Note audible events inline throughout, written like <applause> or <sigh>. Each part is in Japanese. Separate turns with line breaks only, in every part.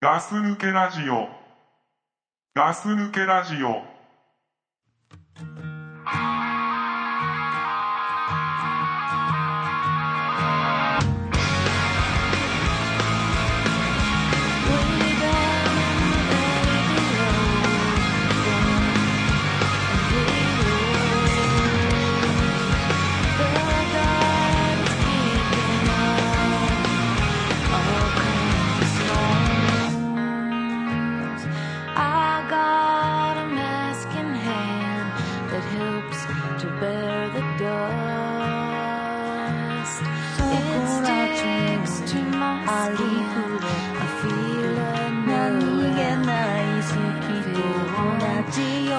ガス抜けラジオ。ガス抜けラジオ。
I got a mask in hand that helps to bear the dust. It sticks to my skin. I feel a
何気
な
ない席と同じように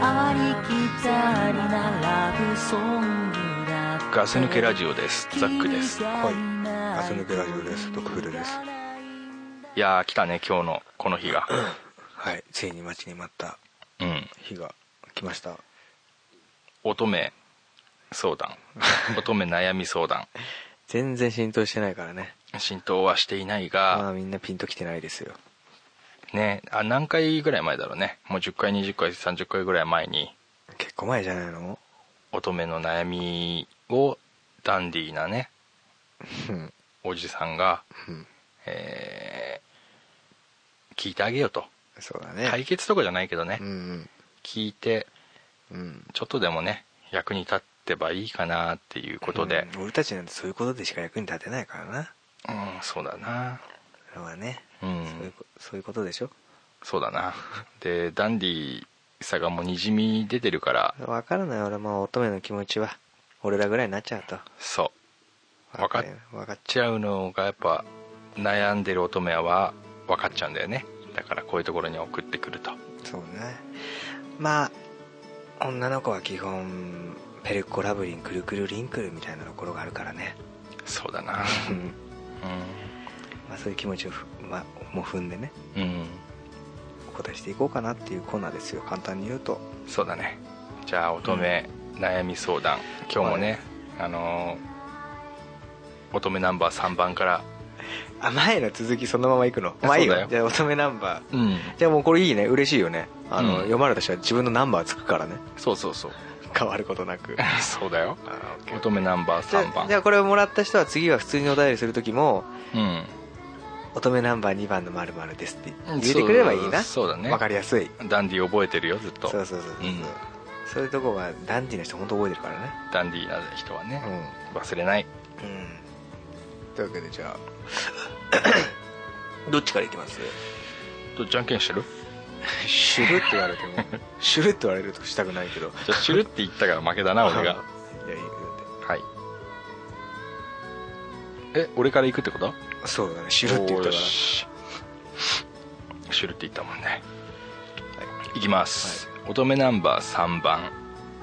ありきたりなラブソングだって
ガス抜けラジオですザックです
はい
ガス抜けラジオですドクフルです
いやー来たね今日のこの日が
はいついに待ちに待った
うん
日が来ました
乙女相談乙女悩み相談
全然浸透してないからね
浸透はしていない
ま
が
あみんなピンときてないですよ
ねあ何回ぐらい前だろうねもう10回20回30回ぐらい前に
結構前じゃないの
乙女の悩みをダンディーなね
うん
おじさんが、
うん
えー聞いてあげようと
そうだね
解決とかじゃないけどね、
うん
聞いて
うんうん
ちょっとでもね役に立ってばいいかなっていうことで
うん俺たちなんてそういうことでしか役に立てないからな
うん、そうだな
それはね、
うん
そういうこそういうことでしょ
そうだなでダンディさがもうにじみ出てるから
分かるのよ俺も乙女の気持ちは俺らぐらいになっちゃうと
そう分かっ
分かっち
ち
ゃ
ゃうのがやっぱ悩んでる乙女は分かっちゃうんだよねだからこういうところに送ってくると
うそうねまあ女の子は基本ペルコラブリンくるくるリンクルみたいなところがあるからね
そうだな
うん
う
まあ、そういう気持ちをふ、まあ、も踏んでね
ん、うん、
お答えしていこうかなっていうコーナーですよ簡単に言うと
そうだねじゃあ乙女悩み相談今日もね、あのー乙女ナンバー3番から
あ前の続きそのままいくの
あ
まあいい
そうだ
よ
よ
じゃあ乙女ナンバー
うん
じゃあもうこれいいね嬉しいよねあの、
うん
読まれた人は自分のナンバーつくからね
そうそうそう <laughs>
変わることなく
そうだよ
あー OK
乙女ナンバー
じゃ
3
あ
番
じゃあこれをもらった人は次は普通にお便りする時も
うん
乙女ナンバー2番の〇〇ですって言ってくれればいいな
そうそうだね
わかりやすい
ダンディ覚えてるよずっと
そうそうそうそう、
うん
そういうとこがダンディーな人本当覚えてるからね
ダンディーな人はね、忘れない
うん、うん、というわけでじ
<laughs>
ゃあどっちからいきます
とじゃんけんしてる
シュルって言われても
<laughs>
シュルって言われるとしたくないけど
じゃあシュルって言ったから負けだな俺が
<laughs> いやいい
はいえ俺から行くってこと
そうだねシュルって言った
おーよ
か
しシュルって言ったもんねいきます、乙女ナンバー3番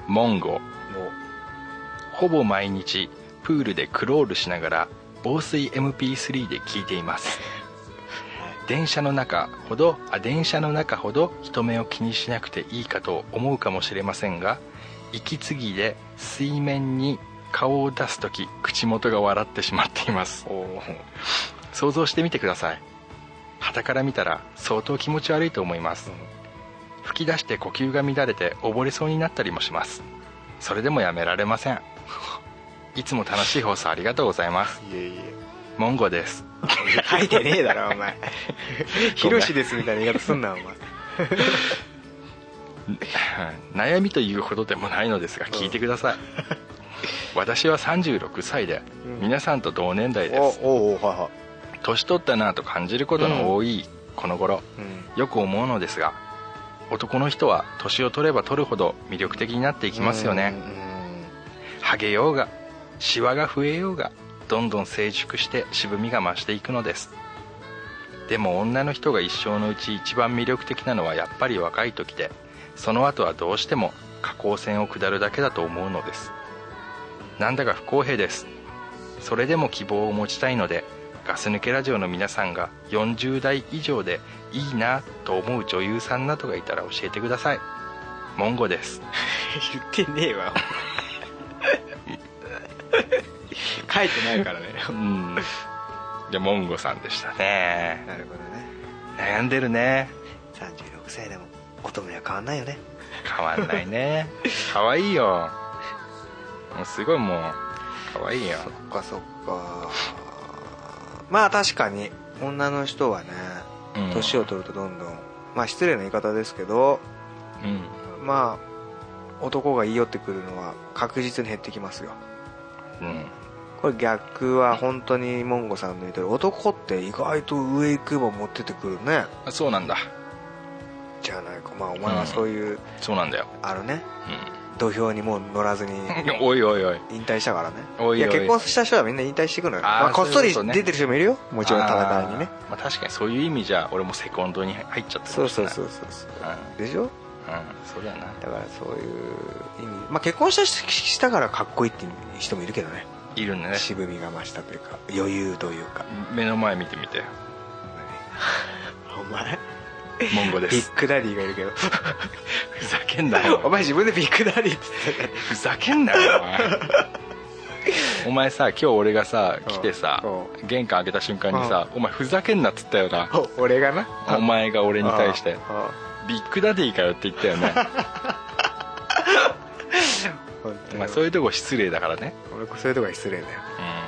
モンゴ
らもう
ほぼ毎日プールでクロールしながら防水 MP3 で聞いています電車の中ほどあ電車の中ほど人目を気にしなくていいかと思うかもしれませんが息継ぎで水面に顔を出す時口元が笑ってしまっています想像してみてください傍から見たら相当気持ち悪いと思います吹き出して呼吸が乱れて溺れそうになったりもしますそれでもやめられませんいつも楽しい放送ありがとうございます
いえい
モンゴです
え書いてねえだろお
<laughs>
前ヒロシですみたいな言い方すんなお前
<laughs> 悩みというほどでもないのですが聞いてくだ
<laughs>
さい、私は36歳で
うん
皆さんと同年代です
おおおはいは
年取ったなぁと感じることの多いこの頃
い、
よく思うのですが男の人は年を取れば取るほど魅力的になっていきますよねハゲようがシワが増えようがどんどん成熟して渋みが増していくのですでも女の人が一生のうち一番魅力的なのはやっぱり若い時でその後はどうしても下降線を下るだけだと思うのですなんだか不公平ですそれでも希望を持ちたいのでガス抜けラジオの皆さんが40代以上でいいなと思う女優さんなどがいたら教えてくださいモンゴです
言ってねえわお前書いてないからね
うんでモンゴさんでしたね
なるほどね
悩んでるね
36歳でも乙女は変わんないよね
変わんないね可愛いよもうすごいもう可愛いよ
そっかそっかまあ確かに女の人はね
うん
年を取るとどんどん、まあ失礼な言い方ですけど
うん
まあ男が言い寄ってくるのは確実に減ってきますよ
うん
これ逆は本当にモンゴさんの言うとり男って意外と上行くば持ってってくるね
あそうなんだ
じゃないかまあお前はそういう、
そうなんだよ、
あのね
う
土俵にもう乗らずに
ん、 <laughs> おいおいおい
引退したからね
おいおい
や結婚した人はみんな引退していくのよ
あー
まあ、こっそり
そういうことね
出てる人もいるよもちろん戦いにね
あーまあ、確かにそういう意味じゃ俺もセコンドに入っちゃったか
そ
も
う
しれ
そう
ない
そううそうそう
うん、うん、
でしょ
そうだよな
だからそういう意味、まあ、結婚したししたからかっこいいっていう人もいるけどね
いるね
渋みが増したというか余裕というか
目の前見てみて
<laughs> お前
モンゴで
ビ <laughs>
す
ッグダディがいるけど
ふざけんなよ
お前自分でビッグダディって言ってたね
ふざけんなよお前お
<laughs>
前さ今日俺がさ来てさ
う
玄関開けた瞬間にさ「お前ふざけんな」っつったよな
お <laughs> 俺がな
お前が俺に対して
あ
「ビッグダディかよ」って言ったよね
あ本当
お
に
前そういうとこ失礼だからね
俺そういうとこが失礼だよ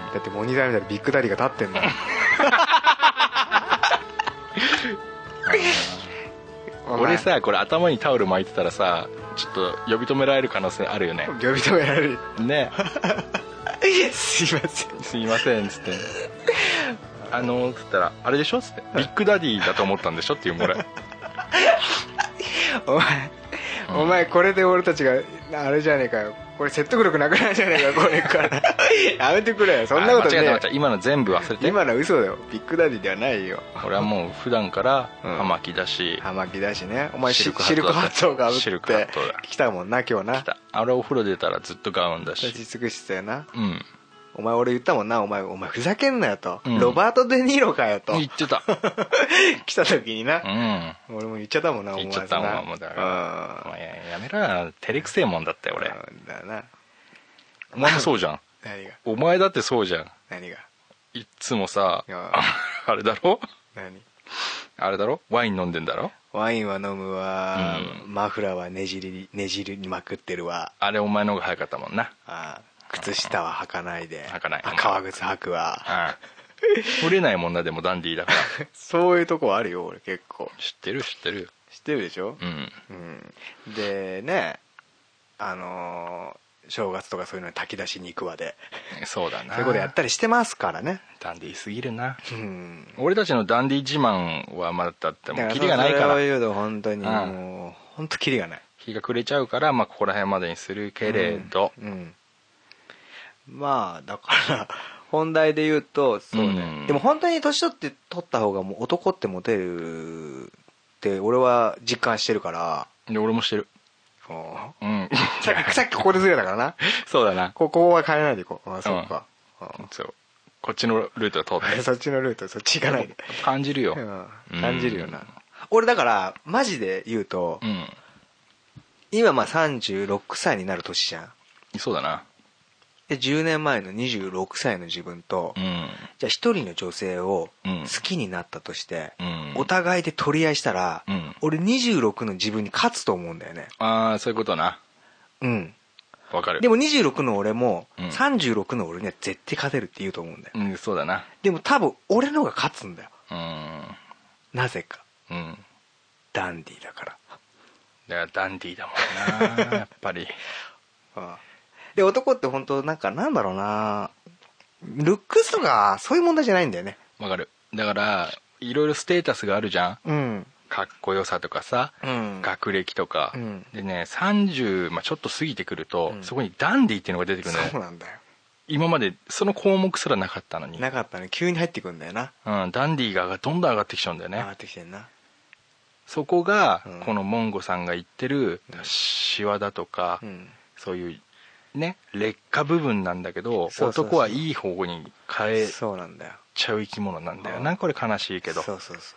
うん
だってモニターみたいなビッグダディが立ってんだよお前
俺さこれ頭にタオル巻いてたらさちょっと呼び止められる可能性あるよね
呼び止められる
ね
すいません
すいませんっつって「あの」っつったら「あれでしょ?」っつって「ビッグダディだと思ったんでしょ?」っていうもん俺
お前、お前これで俺たちがあれじゃねえかよこれ説得力なくないじゃねえかこれからやめてくれよそんなこと
あ間違えた間
ね
違えた今の全部忘れて
今のは嘘だよビッグダディではないよ
俺はもう普段から
うん
葉巻だし、
葉巻だしねお前
シ
シ
ルク
ルク
ハットだ
ハットをかぶっ
シルクハ
て
ットだ
来たもんな今日な
あれお風呂出たらずっとガウンだ
立
し
ち尽くしてたよな
うん
お前俺言ったもんなお前お前ふざけんなよと、
うん
ロバート・デ・ニーロかよと
言ってた
来た時にな
う、
<laughs>
ん
俺も言っちゃったもんなお前
言っちゃったもんもうだからお前やめろよ照れくせえもんだって俺
うんだな
お前もそうじゃん <laughs>
何が
お前だってそうじゃん
何が
いっつもさ
いや
<laughs> あれだろ
何
あれだろワイン飲んでんだろ
ワインは飲むわ、
う
マフラーはねじりねじりまくってるわ
あれお前の方が早かったもんな
あ靴下は履かないで
履かない
あ革靴履くわ <laughs>
うんぶれないもんなでもダンディーだから
そういうとこあるよ俺結構
知ってる知ってる
知ってるでしょ
うん
うん、でねあのー正月とかそういうのに炊き出しに行くわで
そうだな
そういうことやったりしてますからね
ダンディーすぎるな
うん
俺たちのダンディ自慢はまだだってもう
だ
キリがないか
それ
ら
を言うと本当に
うん
もう本当キリがない
日が暮れちゃうから、まあ、ここら辺までにするけれど、
うん、うんまあだから本題で言うとそうね、
うん
でも本当に年取って取った方がもう男ってモテるって俺は実感してるから
で俺もしてる
うん
うん
<laughs> さっきさっきここでずれたからな
そうだな
ここは変えないでいこうあそうか、うん
そうこっちのルートを通って
そっちのルートそっち行かないで
感じるよ、
うん感じるよな俺だからマジで言うと、
うん
今まあ36歳になる年じゃん
そうだな
で10年前の26歳の自分と、
うん
じゃあ一人の女性を
うん
好きになったとして、
うん
お互いで取り合いしたら、
うん
俺26の自分に勝つと思うんだよね
ああそういうことな
うん
わかる
でも26の俺も、
うん
36の俺には絶対勝てるって言うと思うんだよ、
うんそうだな
でも多分俺の方が勝つんだよ
うん
なぜか
うん
ダンディーだから
だからダンディーだもん
<laughs>
なやっぱり
で男って本当なんかなんだろうなルックスとかそういう問題じゃないんだよね
わかるだからいろいろステータスがあるじゃん
うん
かっこよさとかさ、
うん
学歴とか、
うん
でね30、まあ、ちょっと過ぎてくると、
うん
そこにダンディっていうのが出てくるの
そう
よ
なんだよ
今までその項目すらなかったのに、
なかったね急に入ってくんだよな
うん、ダンディがどんどん上がってきちゃうんだよ
上
ね
がってきてんな
そこが、
うん
このモンゴさんが言ってるシワだとか、
うん
そういうね劣化部分なんだけど
そうそうそう
男はいい方向に変え
そうなんだよ
ちゃう生き物なんだよ
う
なんこれ悲しいけど
そうそうそう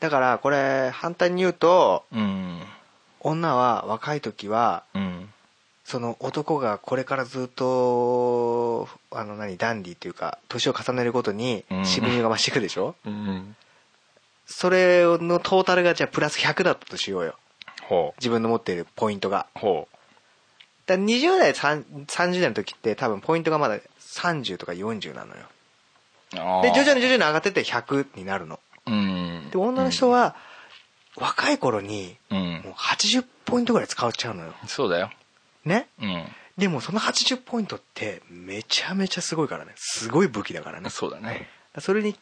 だからこれ反対に言うと
うん
女は若い時は
うん
その男がこれからずっとあの何ダンディっていうか年を重ねるごとに
うん
渋みが増していくでしょ、
うん
それのトータルがじゃあプラス100だったとしようよ
ほ
自分の持っているポイントが
うほ
だから20代さん30代の時って多分ポイントがまだ30とか40なのよ
うあー
で徐々に徐々に上がってって100になるの
うん
で女の人は若い頃に
うん、
もう80ポイントぐらい使っちゃうのよ
そうだよ
ね
うん
でもその80ポイントってめちゃめちゃすごいからねすごい武器だからね
そうだね
それに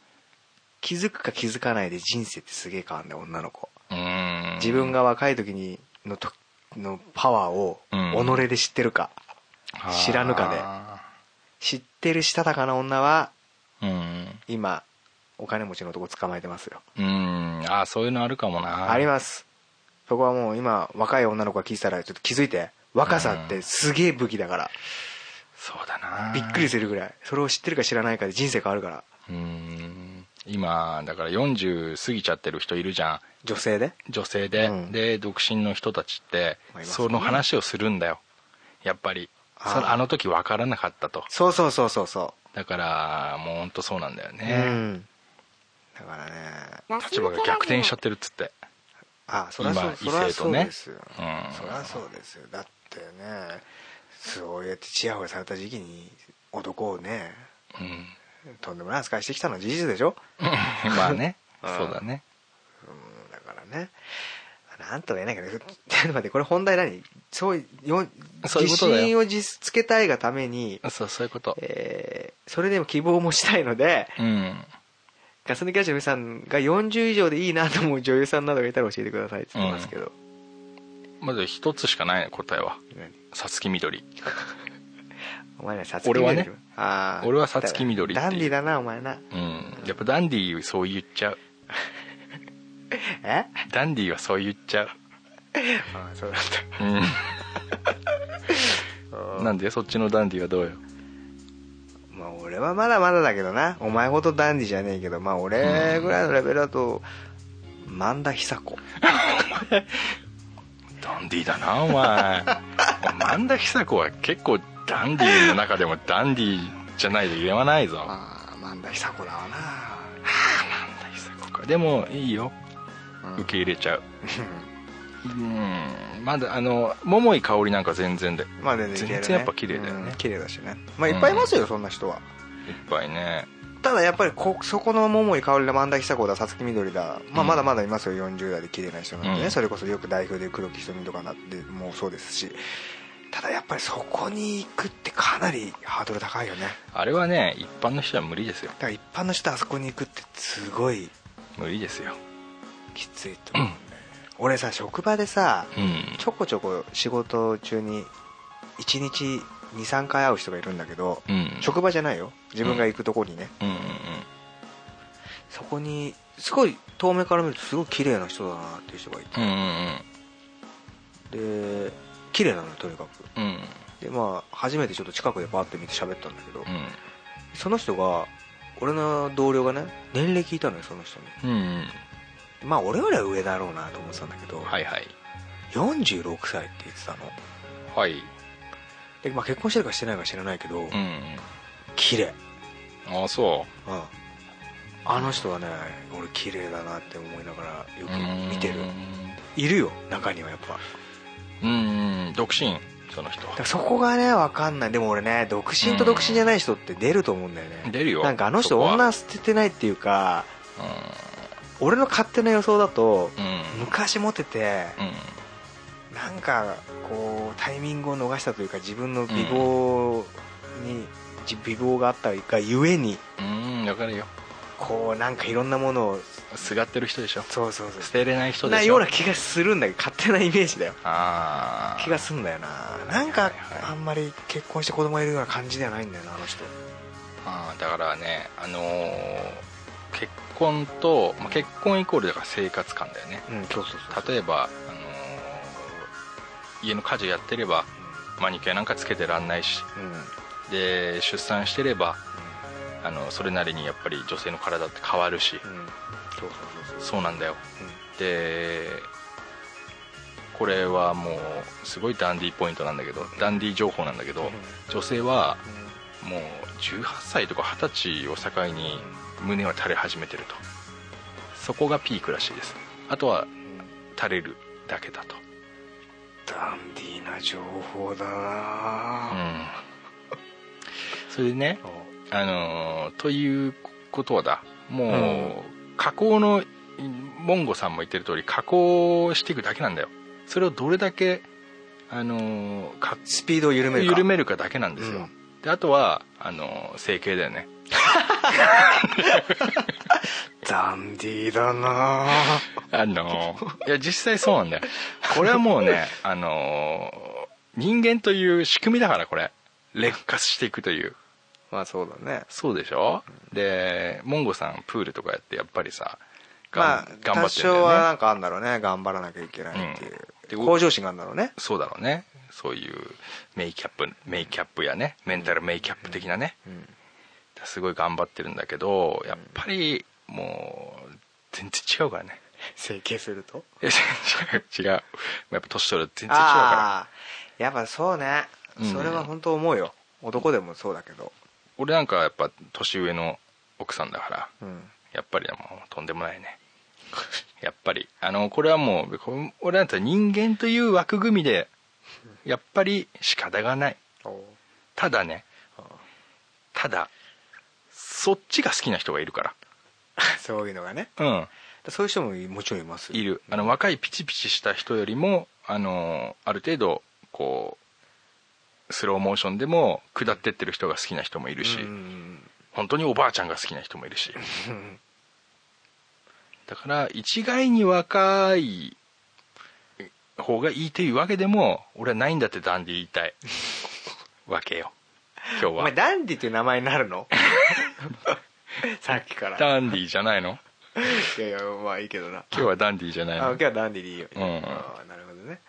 気づくか気づかないで人生ってすげえ変わるんだよ女の子
うん
自分が若い時にのとのパワーを
うん
己で知ってるか、知らぬか知ってるしたたかな女は
でうん
今お金持ちの男捕まえてますよ
うんああそういうのあるかもな
ありますそこはもう今若い女の子が聞いてたらちょっと気づいて若さってすげえ武器だから
そうだな
びっくりするぐらいそれを知ってるか知らないかで人生変わるから
うん今だから40過ぎちゃってる人いるじゃん
女性で
女性で、
うん
で独身の人たちって
まあいますね
その話をするんだよやっぱり
あー
それあの時分からなかったと
そうそうそうそうそ
だからもう本当そうなんだよ
う、う
ね、
んだからね
立場が逆転しちゃってるっつって
あそりゃそ
今
うそりゃ
異性
そ
と
う
ね
ですよ、
うん
そりゃそうですよだってねそうやってチヤホヤされた時期に男をね
うん <laughs>
とんでもない扱いしてきたのは事実でしょ
まあね
うん
そうだね
うんだからねなんとも言えないけどちょっと待ってこれ本題何そうよ
そういう
自
ことだよ
信を実つけたいがために、
そうそういうこと
えーそれでも希望もしたいので
うん
ガス抜きラジオの皆さんが40以上でいいなと思う女優さんなどがいたら教えてくださいって言ってますけど、
まず一つしかない答えは
何
さつきみどり
お前らさつき
俺はね
緑あー
俺はさつき緑っていう
ダンディだなお前な
うんやっぱダンディーそう言っちゃう
え
ダンディーはそう言っちゃう
あそうだっ
うんなんでそっちのダンディーはどうよ
たまあ俺はまだまだだけどなお前ほどダンディじゃねえけどまあ俺ぐらいのレベルだと萬田久子
ダンディーだなお前マンダヒサ子は結構ダンディーの中でもダンディーじゃないと言わないぞマン
ああ萬田久子だわな
ダヒサ子かでもいいよ、
うん
受け入れちゃううんまだあの桃井香りなんか全然でいっ
まあ全然いけるね
全然やっぱ綺麗だよね
うん綺麗だしねまあいっぱいいますよそんな人は
ぱいね
ただやっぱりこそこの桃井かおりだ萬田久子ださつきみどりだ、まあ、まだまだいますよ、40代で綺麗な人なんでね、
うん
それこそよく代表で黒木瞳とかなってもうそうですしただやっぱりそこに行くってかなりハードル高いよね
あれはね一般の人は無理ですよ
だから一般の人あそこに行くってすごい
無理ですよ
きついと思う、ね俺さ職場でさ
うん
ちょこちょこ仕事中に1日23回会う人がいるんだけど、
うん
職場じゃないよ自分が行くとこにね、
うんうん
そこにすごい遠目から見るとすごい綺麗な人だなっていう人がいて
うんうんうん
で綺麗なのよとにかく
うんうん
でまあ初めてちょっと近くでバーって見て喋ったんだけど、
うん
その人が俺の同僚がね年齢聞いたのよその人に
うん
まあ俺よりは上だろうなと思ってたんだけど、
はいはい
46歳って言ってたの
はい
で、まあ、結婚してるかしてないか知らないけど、
うん
綺麗
ああそ
うんあの人はね俺綺麗だなって思いながらよ
う
く見てる
うん
いるよ中にはやっ
う
ぱ
んうん独身その人
だからそこがね分かんないでも俺ね独身と独身じゃない人って出ると思うんだよね、
出るよ
なんかあの
そ
人
こは
女捨ててないっていうか俺の勝手な予想だと
うん
昔モテて
うん
なんかこうタイミングを逃したというか自分の美貌にじ美貌があったがゆえに
うんうん分かるよ
こうなんかいろんなものを
すがってる人でしょ
そうそうそう
捨てれない人でしょ
なような気がするんだけど勝手なイメージだよ
ああ
気がすんだよななん
は
か
いはいはい
あんまり結婚して子供いるような感じではないんだよなあの人
あーだからねあのー結婚と、まあ、結婚イコールだから生活感だよね
うんそうそうそう
例えば、あのー家の家事やってればマニキュアなんかつけてらんないし
うんうん
で出産してればあのそれなりにやっぱり女性の体って変わるし
うんそうそうそうそう
そうなんだよでこれはもうすごいダンディポイントなんだけどダンディ情報なんだけど女性はもう18歳とか20歳を境に胸は垂れ始めてるとそこがピークらしいですあとは垂れるだけだと
ダンディーな情報だ
う
なん
それでね
ぁ
あのーということはだもう加工のモンゴさんも言ってる通り加工していくだけなんだよそれをどれだけあのーか
スピードを緩めるか
緩めるかだけなんですよ、
うん
であとはあのー整形だよね
ダンディー
<laughs>
だなぁ
あの
<laughs>
ーいや実際そうなんだよこれはもうねあのー人間という仕組みだからこれ劣化していくという
まあそうだね
そうでしょでモンゴさんプールとかやってやっぱりさ
ま
が
あ
ん頑張
多
ってんだよね
少はなんかあんだろうね頑張らなきゃいけないっていう、
で
向上心があんだろうね
そうだろうねそういうメイキャップメイキャップやねメンタルメイキャップ的なね、
うん
すごい頑張ってるんだけどやっぱりもう全然違うからね
整形すると
いや違う違うやっぱ年取ると全然違うから
ああやっぱそうね
うん
それは本当思うよ、男でもそうだけど
俺なんかやっぱ年上の奥さんだから
うん
やっぱりもうとんでもないね <laughs> やっぱりあのこれはもうこれ俺なんて人間という枠組みでやっぱり仕方がないただねただそっちが好きな人がいるか
そういうのがね
らうん
そういう人ももちろんいますよ
いるあの若いピチピチした人よりもあのある程度こうスローモーションでも下ってってる人が好きな人もいるし、 <laughs>
うん
本当におばあちゃんが好きな人もいるしだから一概に若い方がいいというわけでも俺はないんだってダンディ言いたい
<laughs>
わけよ今日
お前
は
ダンディっていう名前にな
<laughs>
るのさっきから
ダンディじゃないの
いやいやまあいいけどな
今日はダンディじゃない
あ
の
今日はダンディでいいよ、
うん
ああなるほどね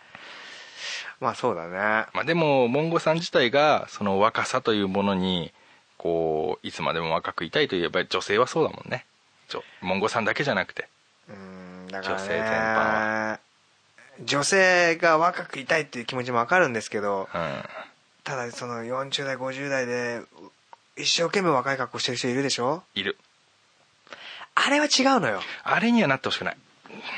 まあそうだね
まあ、でもモンゴさん自体がその若さというものにこういつまでも若くいたいといえば女性はそうだもんねちょモンゴさんだけじゃなくて
うんだからね
女性全般は
女性が若くいたいっていう気持ちもわかるんですけど
うん
ただその40代50代で一生懸命若い格好してる人いるでしょ
いる
あれは違うのよ
あれにはなってほしくない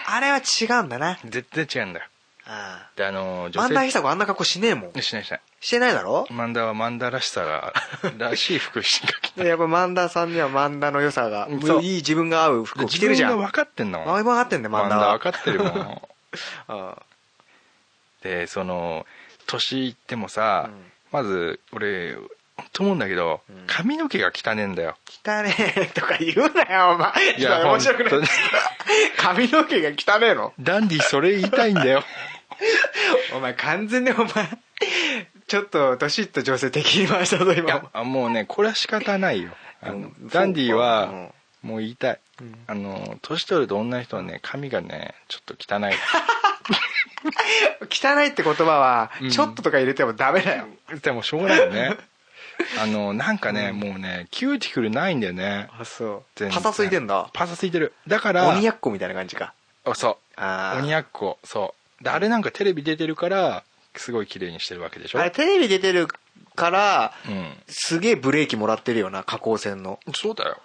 あれは違うんだな
絶対違うんだよ
あ
であの
あ
女
漫
性
才久子あんな格好しねえもん
しないしない
してないだろ
漫談は漫談らしさがらしい服しか着ない
でやっぱマンダさんにはマンダの良さが
うんそう
いい自分が合う服を着
自
てる
分
じゃ
が
ん
分かってんの
あ分かってんねマ
漫
ンダ
談
は
分かってるも
<laughs>
ん
うん
でその年いってもさ、
うん
まず俺と思うんだけど、
うん
髪の毛が汚ねえんだよ
汚ねえとか言うなよお前
いや
今面白くな
本当
い
に
<laughs> 髪の毛が汚ねえの
ダンディそれ言いたいん
<laughs>
だよ
お前完全にお前ちょっと年いった女性的に回したぞ
い
今
やあもうねこれは仕方ないよあ
で
の
もそうか
ダンディ
う
は
ん
もう言いたい、
うん
あの年取ると女の人はね髪がねちょっと汚い <laughs>
汚いって言葉は
うん
ちょっととか入れてもダメだよ、
でもしょうがないよねあのなんかね、もうねキューティクルないんだよね
あそ
全然
パサついてんだ
パサついてるだから
鬼やっこみたいな感じか
あそう
あー
鬼やっこそうであれなんかテレビ出てるからすごい綺麗にしてるわけでしょ
あれテレビ出てるから
うん
すげえブレーキもらってるよな下降線の
そうだよ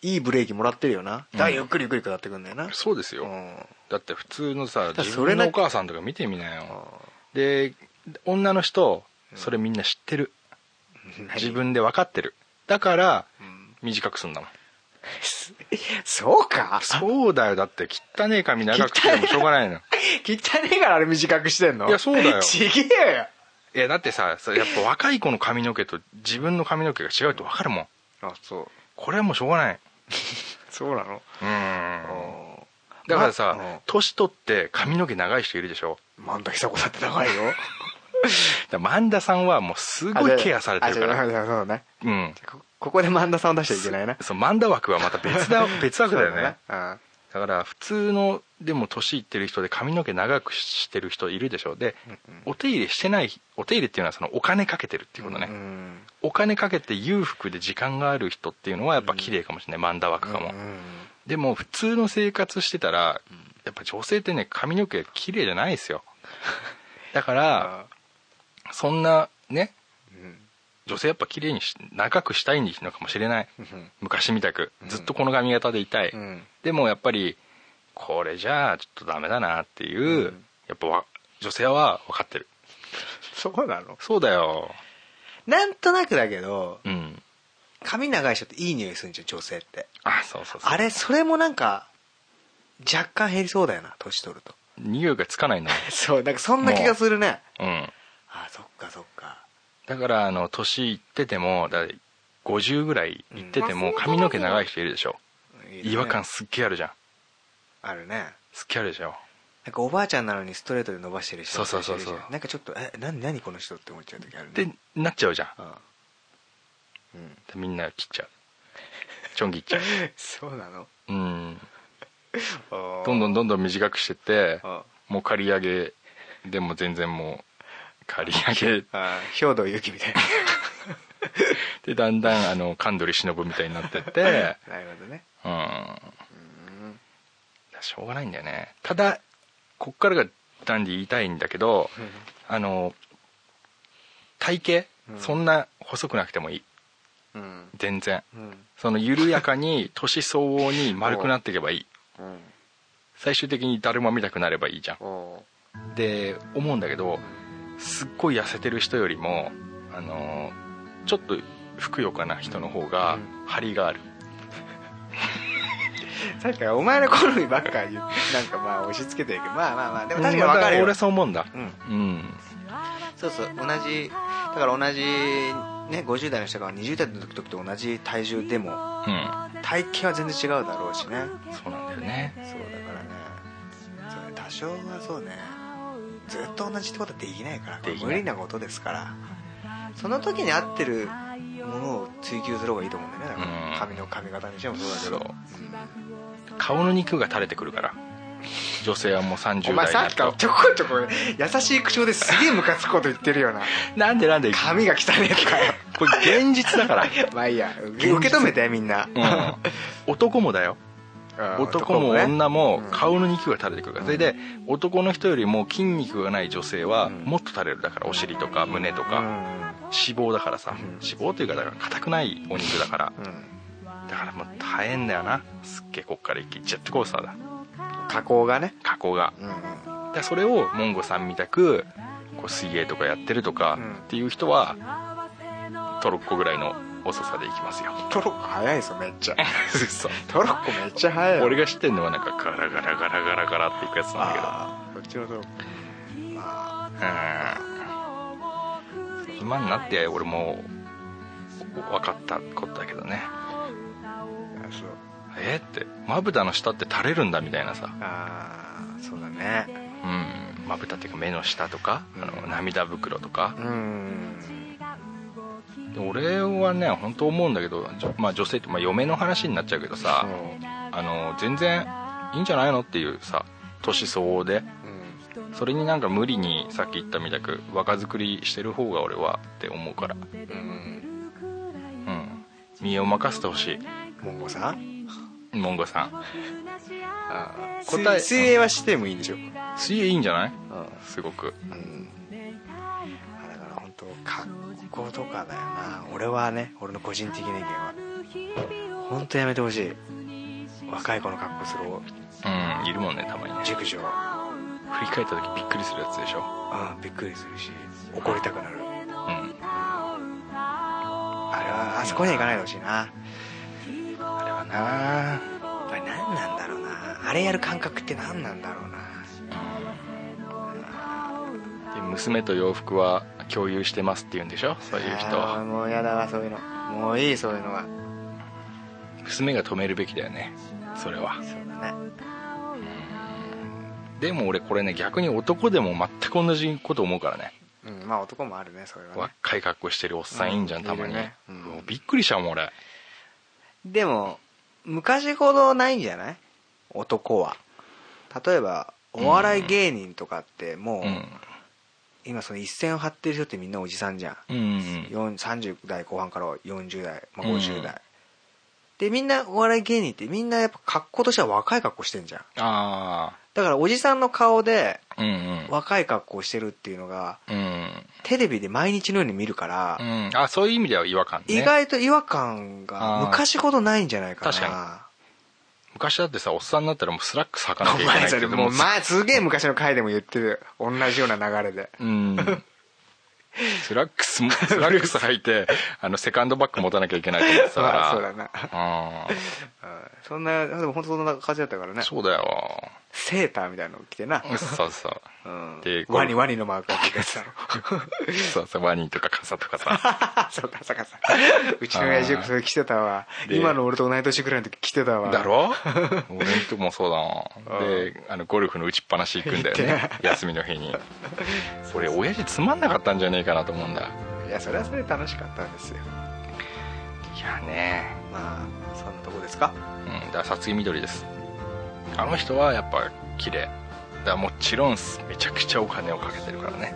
いいブレーキもらってるよな
うん
だからゆっくりゆっくり下ってくんだよな、
そうですよ、
うん
だって普通のさ
だ
自
それ
分
な
のお母さんとか見てみなよ
あ
で女の人それみんな知ってる、
ー
自分で分かってるだから
ん
短くすんだもん
そうか
そうだよだって汚ねえ髪長くてもしょうがないの
汚ねえからあれ短くしてんの
いやそうだよ
ちげえよ
いやだってさそれやっぱ若い子の髪の毛と自分の髪の毛が違うと分かるもん
あそう
これはもうしょうがない
そうなの
うーんだか
だからら
さ
さ
年取って髪の毛長い人いるでしょ
万田久子だって長いよ
だから万田さんはもう <laughs> すごいケアされてるか
あ
ら
じゃあじゃあそうだね
うん
こここで万田さんを出しちゃいけないな
そう万田枠はまた別
<laughs>
だ別枠だよね
そうだね
だから普通のでも年いってる人で髪の毛長くしてる人いるでしょでお手入れしてないお手入れっていうのはそのお金かけてるっていう
う
こ
ん
とね、
うん
お金かけて裕福で時間がある人っていうのはやっぱ綺麗かもしれない漫画枠かも、
うん
でも普通の生活してたらやっぱ女性ってね髪の毛綺麗じゃないですよだ
<laughs>
からそんなね
うん
女性やっぱ綺麗にし長くしたいのかもしれない
うん
昔みたくずっとこの髪型でいたい、
うん
でもやっぱりこれじゃあちょっとダメだなっていう、
うん
やっぱわ女性は分かってる
そうなの
そうだよ
なんとなくだけど
うん
髪長い人っていい匂いするんじゃん女性って
あそうそうそう
あれそれもなんか若干減りそうだよな年取ると
匂いがつかないの
そうなんかそんな気がするね
うん
あそっかそっか
だからあの年いっててもだ50ぐらいいってて
う
も
ん
髪の毛長い人いるでしょ
いいね
違和感すっげえあるじゃん
あるね
すっげえあるでしょ
なんかおばあちゃんなのにストレートで伸ばしてる人
そうそうそうそう
いるじゃんなんかちょっとえな何この人って思っちゃう時あるね
でなっちゃうじゃん
うんうん <laughs>
でみんな切っちゃうちょん切っちゃう
そうなの <laughs>
うん
ど
どんど
ん
んどんどん短くしてって
あ
もう刈り上げでも全然もう刈り上げ <laughs>
あ兵藤由紀みたい
でだんだんあの神取忍みたいになってって
な <laughs> なるほどね
うんしょうがないんだよねただこっからがダンディ言いたいんだけどあの体
うん
型そんな細くなくてもいい
うん
全然
うん
その緩やかに年相応に丸くなっていけばいい
うん
最終的にだるまみたくなればいいじゃ
おうん
で思うんだけどすっごい痩せてる人よりもあのちょっとふくよかな人の方が
うん
張りがある、
さっきからお前の好みばっかり言うなんかまあ押し付けてるけどまあまあまあでも確かにわか
うん
るよ、
俺そう思うんだ
うん、
うん
そうそう同じだから同じね50代の人が20代の時と同じ体重でも
うん
体型は全然違うだろうしね
そうなんだよね
そうだからねそうね多少はそうねずっと同じってことはできないからこれ
できない
無理なことですからその時に合ってるものを追求する方がいいと思うんだよねだか
うん
ら髪の髪型にしてもそうだけ
そ
ど
う顔の肉が垂れてくるから女性はもう30代
お
にな
前
る
さっきから
と
ちょこちょこ優しい口調ですげえムカつくこと言ってるよ
<laughs>
な
なんでなんで
髪が汚ねえとかよ
これ現実だ
<laughs>
から
まあいいや受け受け止めてみんな、
うん、男もだよ
うん
男も女も
うん
顔の肉が垂れてくるからそれで男の人よりも筋肉がない女性は
うん
もっと垂れるだからお尻とか胸と
う
か
ん
脂肪だからさ
ん
脂肪というかだから硬くないお肉だから
うん
だからもう大変だよなすっげえこっから一気にジェットコースターだ
加工がね
加工が
うんうん
だからそれをモンゴさんみたくこう水泳とかやってるとか
うん
っていう人はトロッコぐらいの遅さでいきますよ
トロッコ早いですよめっちゃ
嘘
トロッコめっちゃ早いよ
俺が知ってんのはなんかガラガラガラガラガラっていくやつなんだけど
ああこっちのトロッコま
うん今になって俺も分かったことだけどね
あそう
えーってまぶたの下って垂れるんだみたいなさ
ああそうだね
うんまぶたっていうか目の下とかあの涙袋とか
うん
で俺はね本当思うんだけど、じょまあ、女性って、まあ、嫁の話になっちゃうけど
そ
さあの全然いいんじゃないのっていうさ年相応で
ううん
それになんか無理にさっき言ったみたく若作りしてる方が俺はって思うから
うん
うん身を任せてほし
モンゴさん
いモンゴさん
ああ
答え
水水泳はしてもいいんでしょ
水泳いいんじゃない
うん
すごく
うんあだから本当格好とかだよな俺はね俺の個人的な意見は本当やめてほしい若い子の格好する
うんいるもんねたまにね
熟女
振り返った時びっくりするやつでしょ
あびっくりするし怒りたくなる
うん
あれはあそこには行かないでほしいな
あれはな
やっぱり何なんだろうなあれやる感覚って何なんだろうな
で娘と洋服は共有してますって言うんでしょそういう人
あー
は
もうやだわそういうのもういいそういうのは
娘が止めるべきだよねそれは
そうだね
でも俺これね逆に男でも全く同じこと思うからね
うんまあ男もあるねそれはね
若い格好してるおっさんいいんじゃん
うん
たまに
いるねうん
うわびっくりしちゃうもん俺
でも昔ほどないんじゃない男は例えばお笑い芸人とかってもう、
うん
今その一線を張ってる人ってみんなおじさんじゃん、
うん
四30代後半から40代、まあ、50代、でみんなお笑い芸人ってみんなやっぱ格好としては若い格好してんじゃん
あ
だからおじさんの顔で
あうんうん
若い格好してるっていうのが
うん、
テレビで毎日のように見るから、
うん、あそういう意味では違和感ね
意外と違和感が
あー
昔ほどないんじゃないかな
確昔だってさおっさんになったらもうスラックス履かなきゃい
お
けない
前
け
それ
ど
もう
も
前すげえ昔の回でも言ってる同じような流れで <laughs>
うんスラックスもスラックス履いてあのセカンドバッグ持たなきゃいけないと思ってたから
<laughs> まあそうだな
あ
うんそんなでも本当そんな感じだったからね
あそうだよ
セーターみたいなの着てな、
そうそう
うん
で
ワニワニのマークがついてたの
そうそうワニとか傘とかさ
<laughs> そうかそうかそうかうちの親父よくそれ着てたわ
で
今の俺と同い年ぐらいの時着てたわ
だ
<laughs>
ろ俺んとこもそうだな
うん
であのゴルフの打ちっぱなし行くんだよ
行っ
ね休みの日に俺親父つまんなかったんじゃねえかなと思うんだ
いやそれはそれで楽しかったんですよ
いやね
まあそんなとこですか
うんだからさつきみどりですあの人はやっぱ綺麗だからもちろんめちゃくちゃお金をかけてるからね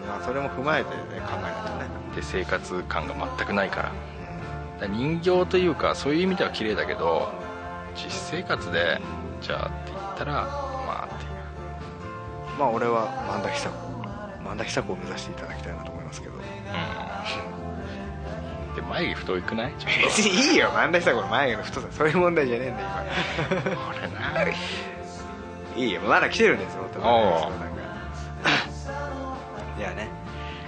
うんまあそれも踏まえてね考えないとね
で生活感が全くないからだから人形というかそういう意味では綺麗だけど実生活でじゃあって言ったらまあっていう
まあ俺は萬田久子萬田久子を目指していただきたいなと思いますけど
うんで <laughs> 眉毛太いくないちょっ
別 <laughs> にいいよ萬田久子の眉毛の太さそういう問題じゃねえんだ
と
よ <laughs>
これない
今 <laughs> いいよまだ来てるんですよ本当に
おう
相談が <laughs> じゃあね、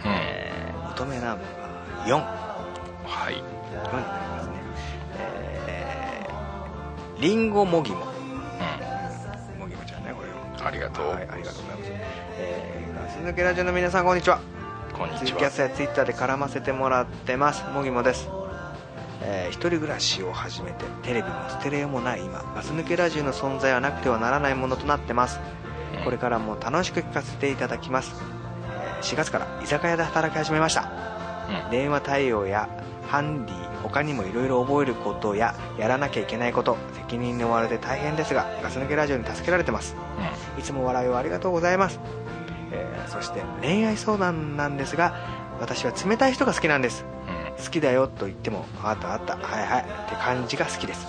えー乙女ナンバー4
うんはい
4になりますねえーリンゴもぎも
う
もぎもちゃんねこれを
んありがとう、
はいありがとうございますえーガス抜けラジオの皆さんこんにちは
こんに
ツイ
ち
キャ
は
スやツイッターで絡ませてもらってますもぎもです、えー一人暮らしを始めてテレビもステレオもない今ガス抜けラジオの存在はなくてはならないものとなってますこれからも楽しく聞かせていただきます、えー4月から居酒屋で働き始めました
うん
電話対応やハンディ他にもいろいろ覚えることややらなきゃいけないこと責任に追われて大変ですがガス抜けラジオに助けられてますいつも笑いをありがとうございます、えーそして恋愛相談なんですが私は冷たい人が好きなんです
うんうん
好きだよと言ってもあったあったはいはいって感じが好きです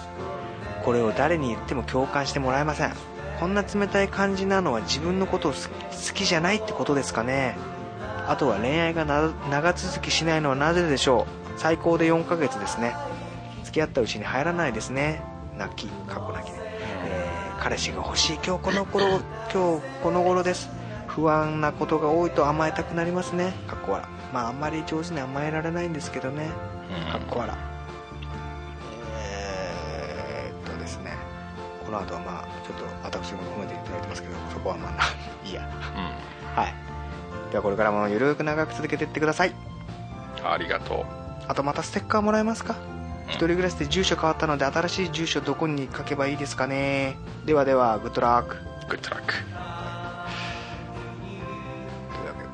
これを誰に言っても共感してもらえませんこんな冷たい感じなのは自分のことを好き好きじゃないってことですかねあとは恋愛がな長続きしないのはなぜでしょう最高で4ヶ月ですね付き合ったうちに入らないですね泣き過去泣きね、えー彼氏が欲しい今日この頃今日この頃です不安なことが多いと甘えたくなりますねかっこ笑まああんまり上手に甘えられないんですけどね
うん
かっこ笑えー、っとですねこの後はまあちょっと私も褒めていただいてますけどそこはまあ <laughs> ないいやはいではこれからもゆるく長く続けていってください
うんありがと
あとまたステッカーもらえますか
ん
一人暮らしで住所変わったので新しい住所どこに書けばいいですかねではではグッドラック
うグッドラック
というわけで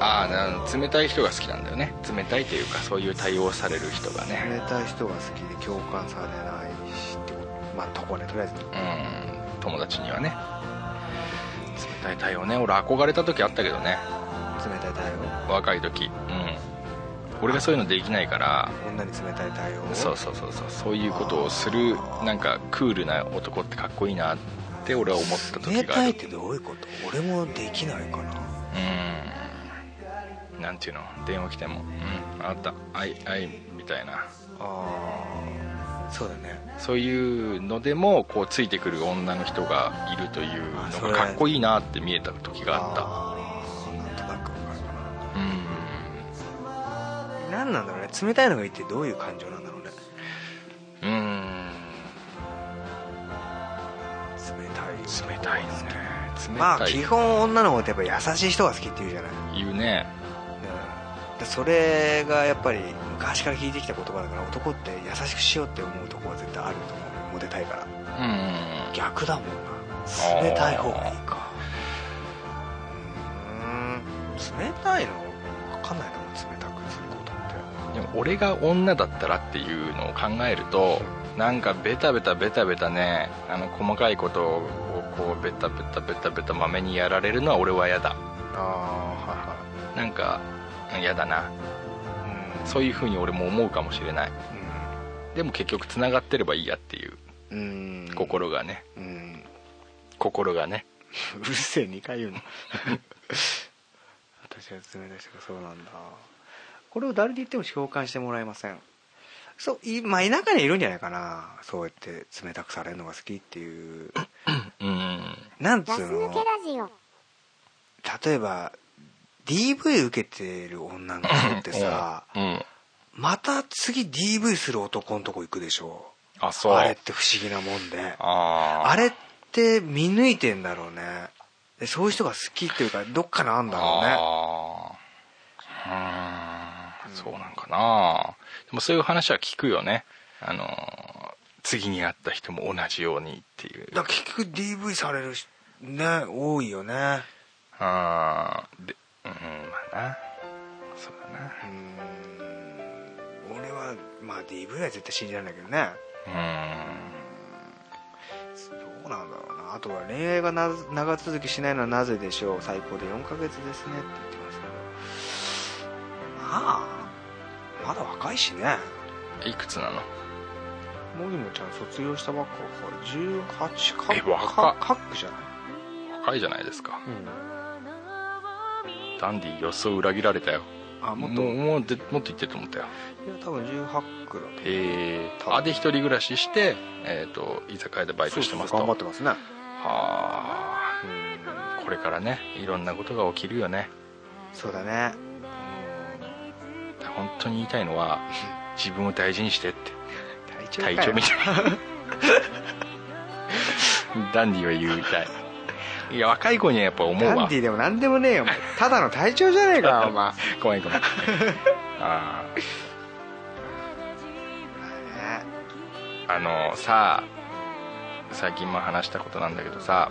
ああな冷たい人が好きなんだよね冷たいというかそういう対応される人がね
冷たい人が好きで共感されないしってことまあとこねとりあえず
うん友達にはね冷たい対応ね俺憧れた時あったけどね
冷たい対応
若い時うん俺がそういうのできないから
女に冷たい対応
そうそうそうそうそういうことをするなんかクールな男ってかっこいいなって俺は思った
冷
時があ
たいっ
る
てどういうこと俺もできないかな
うんなんていうの電話来ても「うんあったあいあい」みたいな
ああそうだね
そういうのでもこうついてくる女の人がいるという
あそ
の
れ
がかっこいいなって見えた時があった
あーなんとなくわかるか
う
な何なんだろうね冷たいのがいいってどういう感情なんだろうね
んうん
冷たい
冷たいね冷
まあ
た
基
い
本女の子ってやっぱ優しい人が好きって言うじゃない、
言うね
うん、でそれがやっぱり昔から聞いてきた言葉だから男って優しくしようって思うとこは絶対あると思うモテたいから
うん
逆だもんな冷たい方がいいかうーん冷たいの分かんないな冷たくすることって
でも俺が女だったらっていうのを考えるとなんかベタベタベタベタねあの細かいことをこうベタベタベタベタまめにやられるのは俺は嫌だ
あ
なんか嫌だな
あはいはい
そういうふうに俺も思うかもしれない
うん
でも結局つながってればいいやっていう
うん
心がね、
うん
心がね
うるせえ2回言うの <laughs> 私は冷たい人がそうなんだこれを誰に言っても共感してもらえませんそういまあ田舎にいるんじゃないかなそうやって冷たくされるのが好きっていう
うん
なんつ
ガス
う
抜けラ
の
ジオ
例えば DV 受けてる女の子ってさ
うん
また次 DV する男のとこ行くでしょ
あそう
あれって不思議なもんで
あー
あれって見抜いてんだろうねでそういう人が好きっていうかどっかなんだろうね
あーうー
うんん
そうなんかなでもそういう話は聞くよねあのー次に会った人も同じようにっていう
だから結局 DV されるしね多いよね
あーでうんまあなそうだな
うーん俺はまあ DV は絶対信じられないけどね
うーん
どうなんだろうなあとは恋愛がな長続きしないのはなぜでしょう最高で4ヶ月ですねって言ってますけどまあまだ若いしね
いくつなの
もぎもちゃん卒業したばっかこれ18か
え若っ
カックじゃない
若いじゃないですかダンディ予想裏切られたよ
あもっと
もう
い
もうでもっと言ってると思ったよ
や多分18区だと
えー、
多分
あで一人暮らしして、えー、と居酒屋でバイトしてますと
そうそうそう頑張ってますね
はあこれからねいろんなことが起きるよね
そうだね
本当に言いたいのは <laughs> 自分を大事にしてって
体調か
隊
よ
長みたいな <laughs> ダンディは言いたいいや若い子にはやっぱ思う
ダ
わ
ンディでも何でもねえよお前ただの体調じゃねえかよお前ね
ごめんご
<laughs>
めんあーあのさ最近も話したことなんだけどさ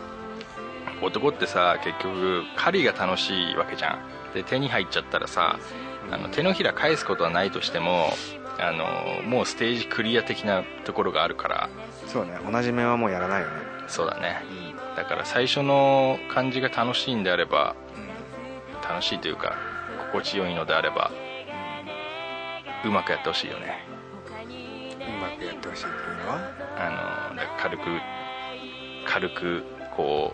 男ってさ結局狩りが楽しいわけじゃんで手に入っちゃったらさあの手のひら返すことはないとしてもあのもうステージクリア的なところがあるから
そうね同じ面はもうやらないよね
そうだねだから最初の感じが楽しいんであれば楽しいというか心地よいのであればうまくやってほしいよね
うまくやってほしいというのは
あのだから軽く軽くこ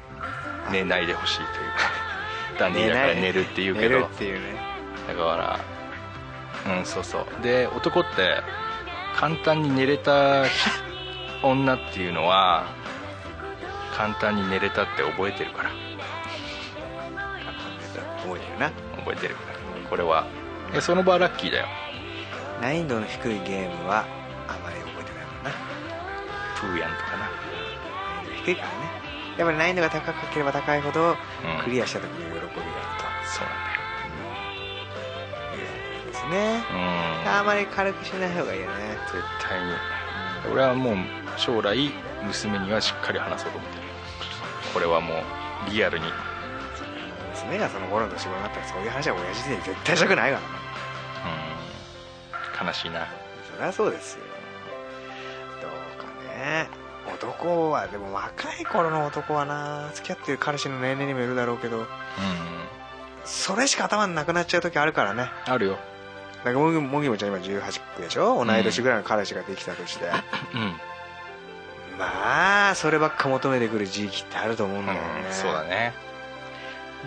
う寝ないでほしいというかダンディだから寝るっていうけ
寝
ど
るっていうね
だからうんそうそうで男って簡単に寝れた女っていうのは簡単に寝れたって覚えてるから
覚えてるな
覚えてるからこれはえその場はラッキーだよ
難易度の低いゲームはあまり覚えてないもんな
プーヤンとかな
難易度低いからねやっぱり難易度が高ければ高いほど
うん
クリアした時の喜びがあ
そう
るというですね
なんだよ
あまり軽くしない方がいいよね
うん絶対に俺はもう将来娘にはしっかり話そうと思ってるこれはもうリアルに
娘がその頃の仕事になったらそういう話は親父に絶対したくないから
うん悲しいな
そりゃそうですよどうかね男はでも若い頃の男はな付き合ってる彼氏の年齢にもよるだろうけど
うん
それしか頭になくなっちゃう時あるからね
あるよ
だからもぎもぎもちゃん今18区でしょ同い年ぐらいの彼氏ができたとして、
うん
まあそればっか求めてくる時期ってあると思うんだよね、
うんそうだね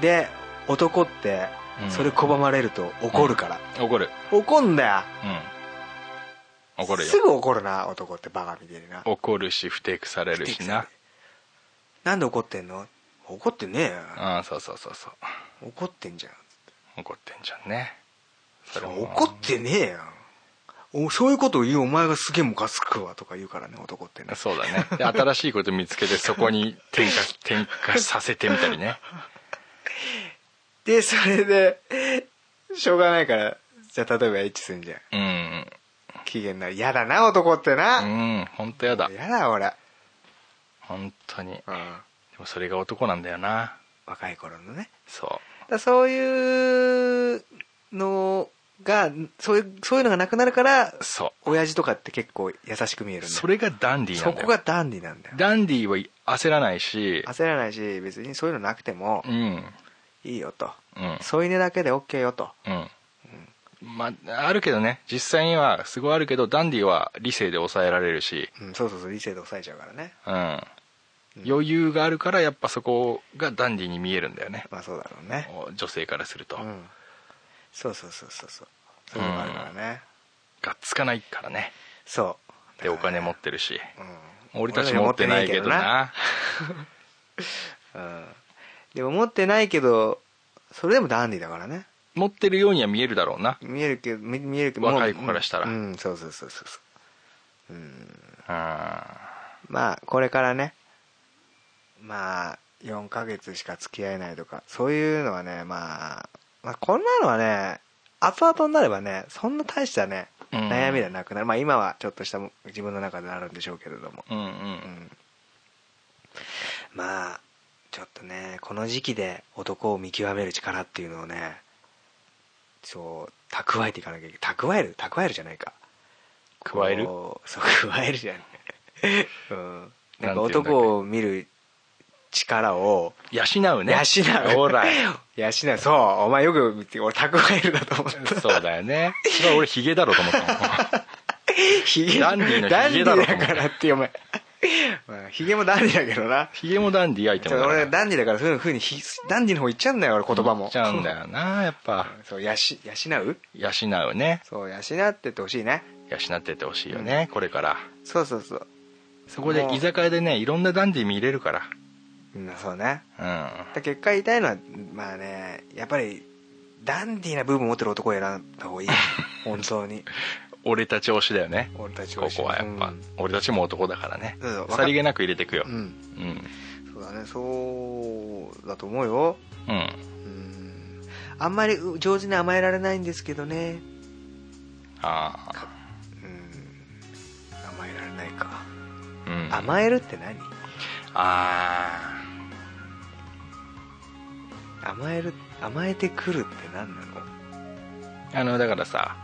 で男って
うん
それ拒まれると怒るから、
怒る
怒んだよ
うん怒るよ
すぐ怒るな男ってバカみたいにな
怒るし不適されるしな
なんで怒ってんの怒ってねえよ
あそうそうそうそう
怒ってんじゃん
怒ってんじゃんねそれも
怒ってねえよおそういうことを言うお前がすげえムカつくわとか言うからね男ってね
そうだねで新しいこと見つけてそこに転化転化させてみたりね
でそれでしょうがないからじゃあ例えばエッチすんじゃん
うん
機嫌になる嫌だな男って
う
な、
ん本当やだ
嫌だ俺、
本当にで
うん、
もそれが男なんだよな
若い頃のね
そ
だからそういうのがそういうそういうのがなくなるから
うそ
親父とかって結構優しく見え
う
る
ん
だよ
それがダンディなんだ
そ
よ
こがダンディなんだよ
ダンディは焦らないし
焦らないし別にそういうのなくても
うん
いいよと
うん
添い寝だけで OK よと
うんまあ、あるけどね実際にはすごいあるけどダンディは理性で抑えられるし、
うん、そうそうそう理性で抑えちゃうからね
うん、余裕があるからやっぱそこがダンディに見えるんだよね
まあそうだろうね
女性からすると、
うんそうそうそうそうそうそういうのがあるからね、
がっつかないからね
そう
でお金
も、
持ってるし
うん
俺たち持ってないけどな
うんでも持ってないけどそれでもダンディだからね
持ってるようには見えるだろうな
見えるけど見見えるけどもう
若い子からしたら
うんそうそうそうそうそううん
う
まあこれからねまあ4ヶ月しか付き合えないとかそういうのはねまあ、まあ、こんなのはね後々になればねそんな大したね
うん
悩みではなくなる、まあ今はちょっとした自分の中であるんでしょうけれども、
んうんう
うんん、まあちょっとねこの時期で男を見極める力っていうのをねそう蓄えていかなきゃいけない蓄える蓄えるじゃないか
加える
こうそう加えるじゃん、 <laughs> うん、なんか
なんていうんだっけ
男を見る力を
養うね
養う
ほら
<laughs> 養うそうお前よく見て俺蓄えるだと思った
そうだよねそれは俺ヒゲだろうと思
<laughs>
った
ヒゲ
ダンディのヒゲだ
ダ
ろ
ンディだからってお前 <laughs> まあヒゲもダンディだけどな
ヒゲもダンディアイテ
ち
ム
ょ
だから
俺ダンディだからそういうふうにひダンディの方行っちゃうんだよ俺言葉も
言っちゃうんだよなやっぱ
<laughs> そうやし養う
養うね
そう養ってってほしいね
養ってってほしいよねこれから
そうそうそう
そこで居酒屋でねいろんなダンディ見れるか
うんそうね
らうん
だ結果言いたいのはまあねやっぱりダンディーな部分持ってる男を選んだ
<laughs>
方がいい本当に
俺たち推しだよね
俺たち
こ
推し
こはやっぱ、
うん
俺たちも男だからね
そうそう
さりげなく入れていくよ
うん
うん
そうだねそうだと思うよ
うん
うんあんまりう上手に甘えられないんですけどね
ああ
うん甘えられないか
うん
甘えるって何
あ
甘える甘えてくるって何なの
ーあのだからさ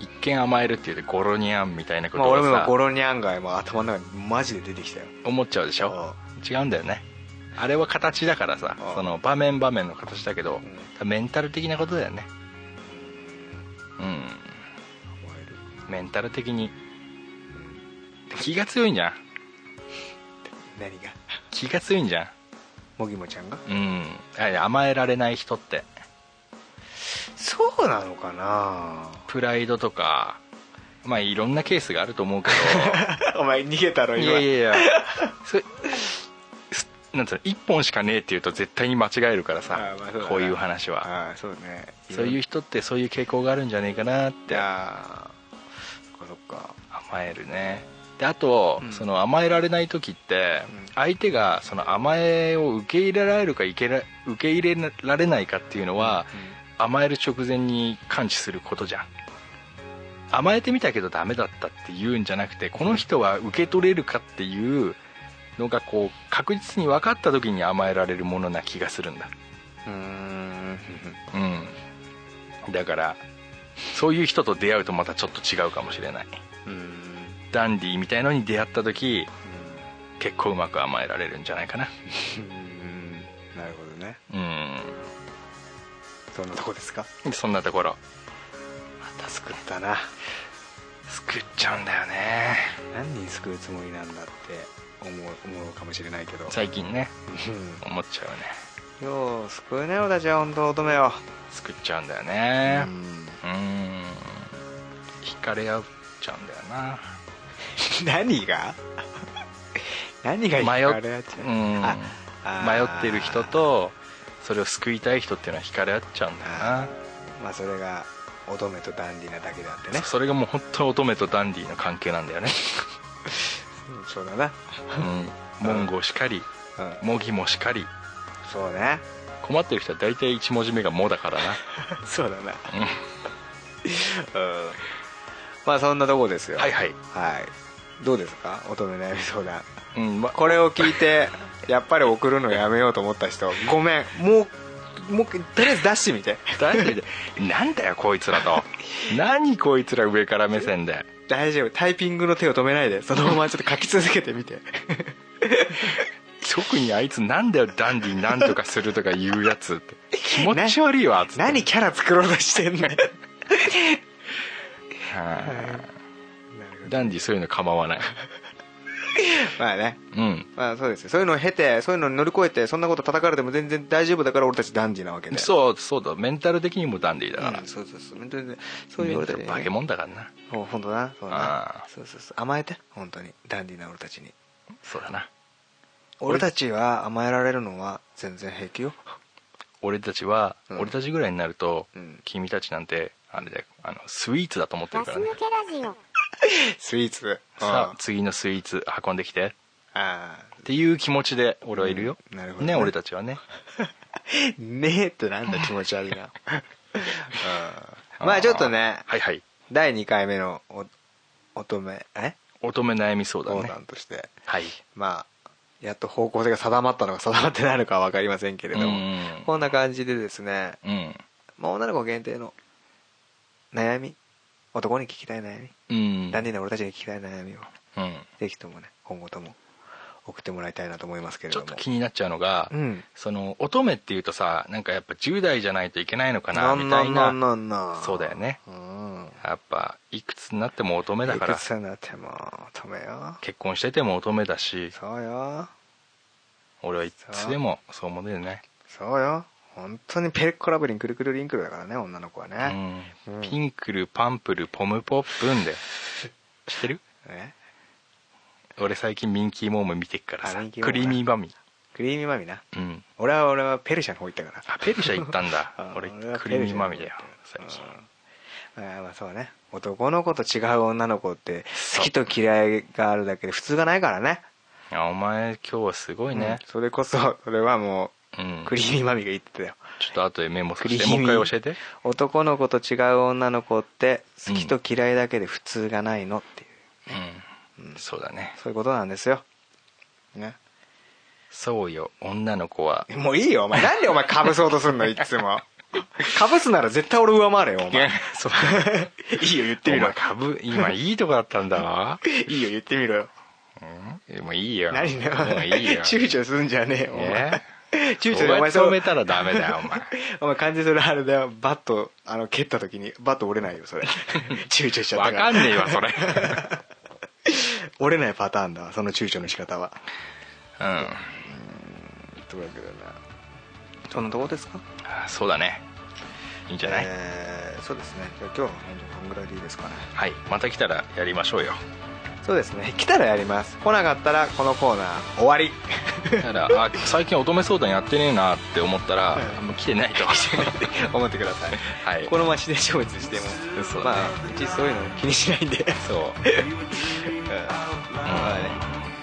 一見甘えるっていうでゴロニャンみたいなこ
まあ
と
俺
を
も
さ、
ゴロニャンが今頭の中にマジで出てきたよ
思っちゃうでしょ違うんだよねあれは形だからさ
ああ
その場面場面の形だけどメンタル的なことだよねうん
甘える
メンタル的に気が強いんじゃん
何が
気が強いんじゃ
もぎもちゃんが
んうんあいや甘えられない人って
そうなのかな
プライドとかまあいろんなケースがあると思うけ
お前逃げたろ
どいやいやいやそすなんつうの一本しかねえっていうと絶対に間違えるからさ
あまあそうだな
こういう話は
ああそうね
そういう人ってそういう傾向があるんじゃねえかなって
やそっかそっか
甘えるねであと、
うん
その甘えられない時って、
うん
相手がその甘えを受け入れられるかいけら受け入れられないかっていうのは、甘える直前に感知することじゃん甘えてみたけどダメだったっていうんじゃなくてこの人は受け取れるかっていうのがこう確実に分かった時に甘えられるものな気がするんだ
うーん
うんだからそういう人と出会うとまたちょっと違うかもしれないう
ーん
ダンディみたいのに出会った時結構うまく甘えられるんじゃないかな
うーんなるほどね
う
そんなとこですか
んそんなところ
また救ったな
救っちゃうんだよね
何人救うつもりなんだって思う思うかもしれないけど
最近ね
うん
思っちゃうね
よう救えない俺たちは本当乙女よ、
救っちゃうんだよ
う
ねう
ん、
ん惹かれ合っちゃうんだよな
何 <laughs> が何が
迷
引かれ合っちゃうあ
う
あ
ん迷
ー
ってる人とそれを救いたい人っていうのは惹かれ合っちゃうんだよな
まあそれが乙女とダンディなだけであってね
そそれがもう本当に乙女とダンディの関係なんだよね、
うんそうだな
うん、モンゴしかり
うん
モギもしかり
そうね
困ってる人は大体1文字目が「も」だから
<laughs>
な
そうだな <laughs> うんまあそんなとこですよ
はいはい、
はいどうですか乙女悩み相談
うんま、
これを聞い <laughs> てやっぱり送るのやめようと思った人ごめんもうもうとりあえず出してみて
ダンディでなんだよこいつら
<laughs>
と何こいつら上から目線で
大丈夫タイピングの手を止めないでそのままちょっと書き続けてみ <laughs> て
特にあいつなんだよダンディ
<laughs>
なんとかするとか言うやつって気持ち悪いわっつって
何キャラ作ろうとしてんの <laughs>
は
なる
い
ほど
ダンディそういうの構わ
<laughs>
ない
まあね
うん
まあそうですよそういうのを経てそういうのに乗り越えてそんなこと叩かれても全然大丈夫だから俺たちダンディなわけでう
そうそうだメンタル的にもダンディーだから、
んそうそうそう本当にねそう
メ
いう
ン
俺
タ
たち
ル化け物だからな
ほほんとなそうな
あー
そうそうそう甘えて本当にダンディな俺たちに
そうだな
俺たちは甘えられるのは全然平気よ
俺たちは、
うん
俺たちぐらいになると、
うん
君たちなんてあれだよあのスイーツだと思ってるからね
スイーツ
さあ
あ
次のスイーツ運んできて
あ
っていう気持ちで俺はいるよ、
うんなるほどね
ね俺たちはね
ー <laughs> ねえってなんだ気持ち悪いなうん <laughs> まあちょっとね
はいはい
第2回目のお乙女え
乙女悩み相談
相
ね
談として
はい
まあやっと方向性が定まったのか定まってないのかは分かりませんけれど
う
も
ん
こんな感じでですね、
うん
まあ、女の子限定の悩み男に聞きたい悩み
うん
何人な俺たちに聞きたい悩みを
うん
ぜひともね今後とも送ってもらいたいなと思いますけれ
ちょ
ど
っ
も
と気になっちゃうのが、
うん
その乙女っていうとさなんかやっぱ10代じゃないといけないのかな
な
み
ん
た
ないん
な
なんなんなん
そうだよね
うん
やっぱいくつになっても乙女だか
い
ら
くつになっても止めよ
結婚してても乙女だし
そうよ
俺はいつでもそう思うんだよね、
そうよ本当にペレッコラブリンくるくるリンクルだからね女の子は
う
ね、
ん
うん
ピンクルパンプルポムポップンで知ってる
ね
俺最近ミンキーモーム見てっから
あ
さ
ミンキーモ
ク
ーム
リ
ね
ーミーバミ
クリーミーマミな
うん
俺は俺はペルシャの方行ったから
あペルシャ行ったんだ
あ
俺
俺は
クリーミーマミだよ
ペ
最
ルシ
近
ャの方行った <laughs> うんあまあそうね男の子と違う女の子って好きと嫌いがあるだけで普通がないからね
あお前今日はすごいね
うんそれこそそれはも
うん、
うクリーミーマミが言ってたよ
ちょっと後でメモして
クリー
も
ミ
う
ー
一回教えて
男の子と違う女の子って好きと嫌いだけで普通がないのっていう
うん、そうだね
そういうことなんですよね
そうよ女の子は
もういいよお前なんで
<laughs>
お前かぶそうとすんのいっつもかぶすなら絶対俺上回れよお前
そう
<laughs> いいよ言っ
お
てみろ
前株今いいとこだったんだ
<laughs>
わ
いいよ言ってみろよ
うんもういいよ
何だよ
もうい
<laughs>
いよ
躊躇すんじゃねえよお前
ね
躊
そう
躇お
や
前
って
そ
止
れ
めたらダメだよお前
<laughs> お前完全にそれあれだよバットあの蹴った時にバット折れないよ
<laughs>
それ躊躇しちゃっ
わ
たから
かんねえわそ
<laughs>
れ
折れないパターンだわその躊躇の仕方は
うんあ
というわけだなそんなとこですか
そうだねいいんじゃない、
えーそうですねじゃあ今日はこんぐらいでいいですかね
はいまた来たらやりましょうよ
そうですね来たらやります来なかったらこのコーナー終わり
ただあ最近乙女相談やってねえなって思ったら、
う
もう来てないと
<laughs> 思ってください、
はい
このまま自然消滅しても
そうね
まあうちそういうの気にしないんで
そう、うん、
うんまあね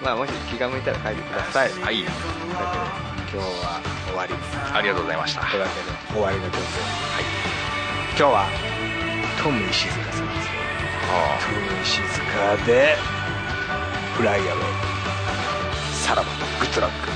まあもし気が向いたら書いてください、
はい
というわけで今日は終わり
ありがとうございました
というわけで終わりの曲はい今日はトム石塚さんです
あ
トム石塚で「フライアウェイ」さらばとグッドラッ
Oh,
ク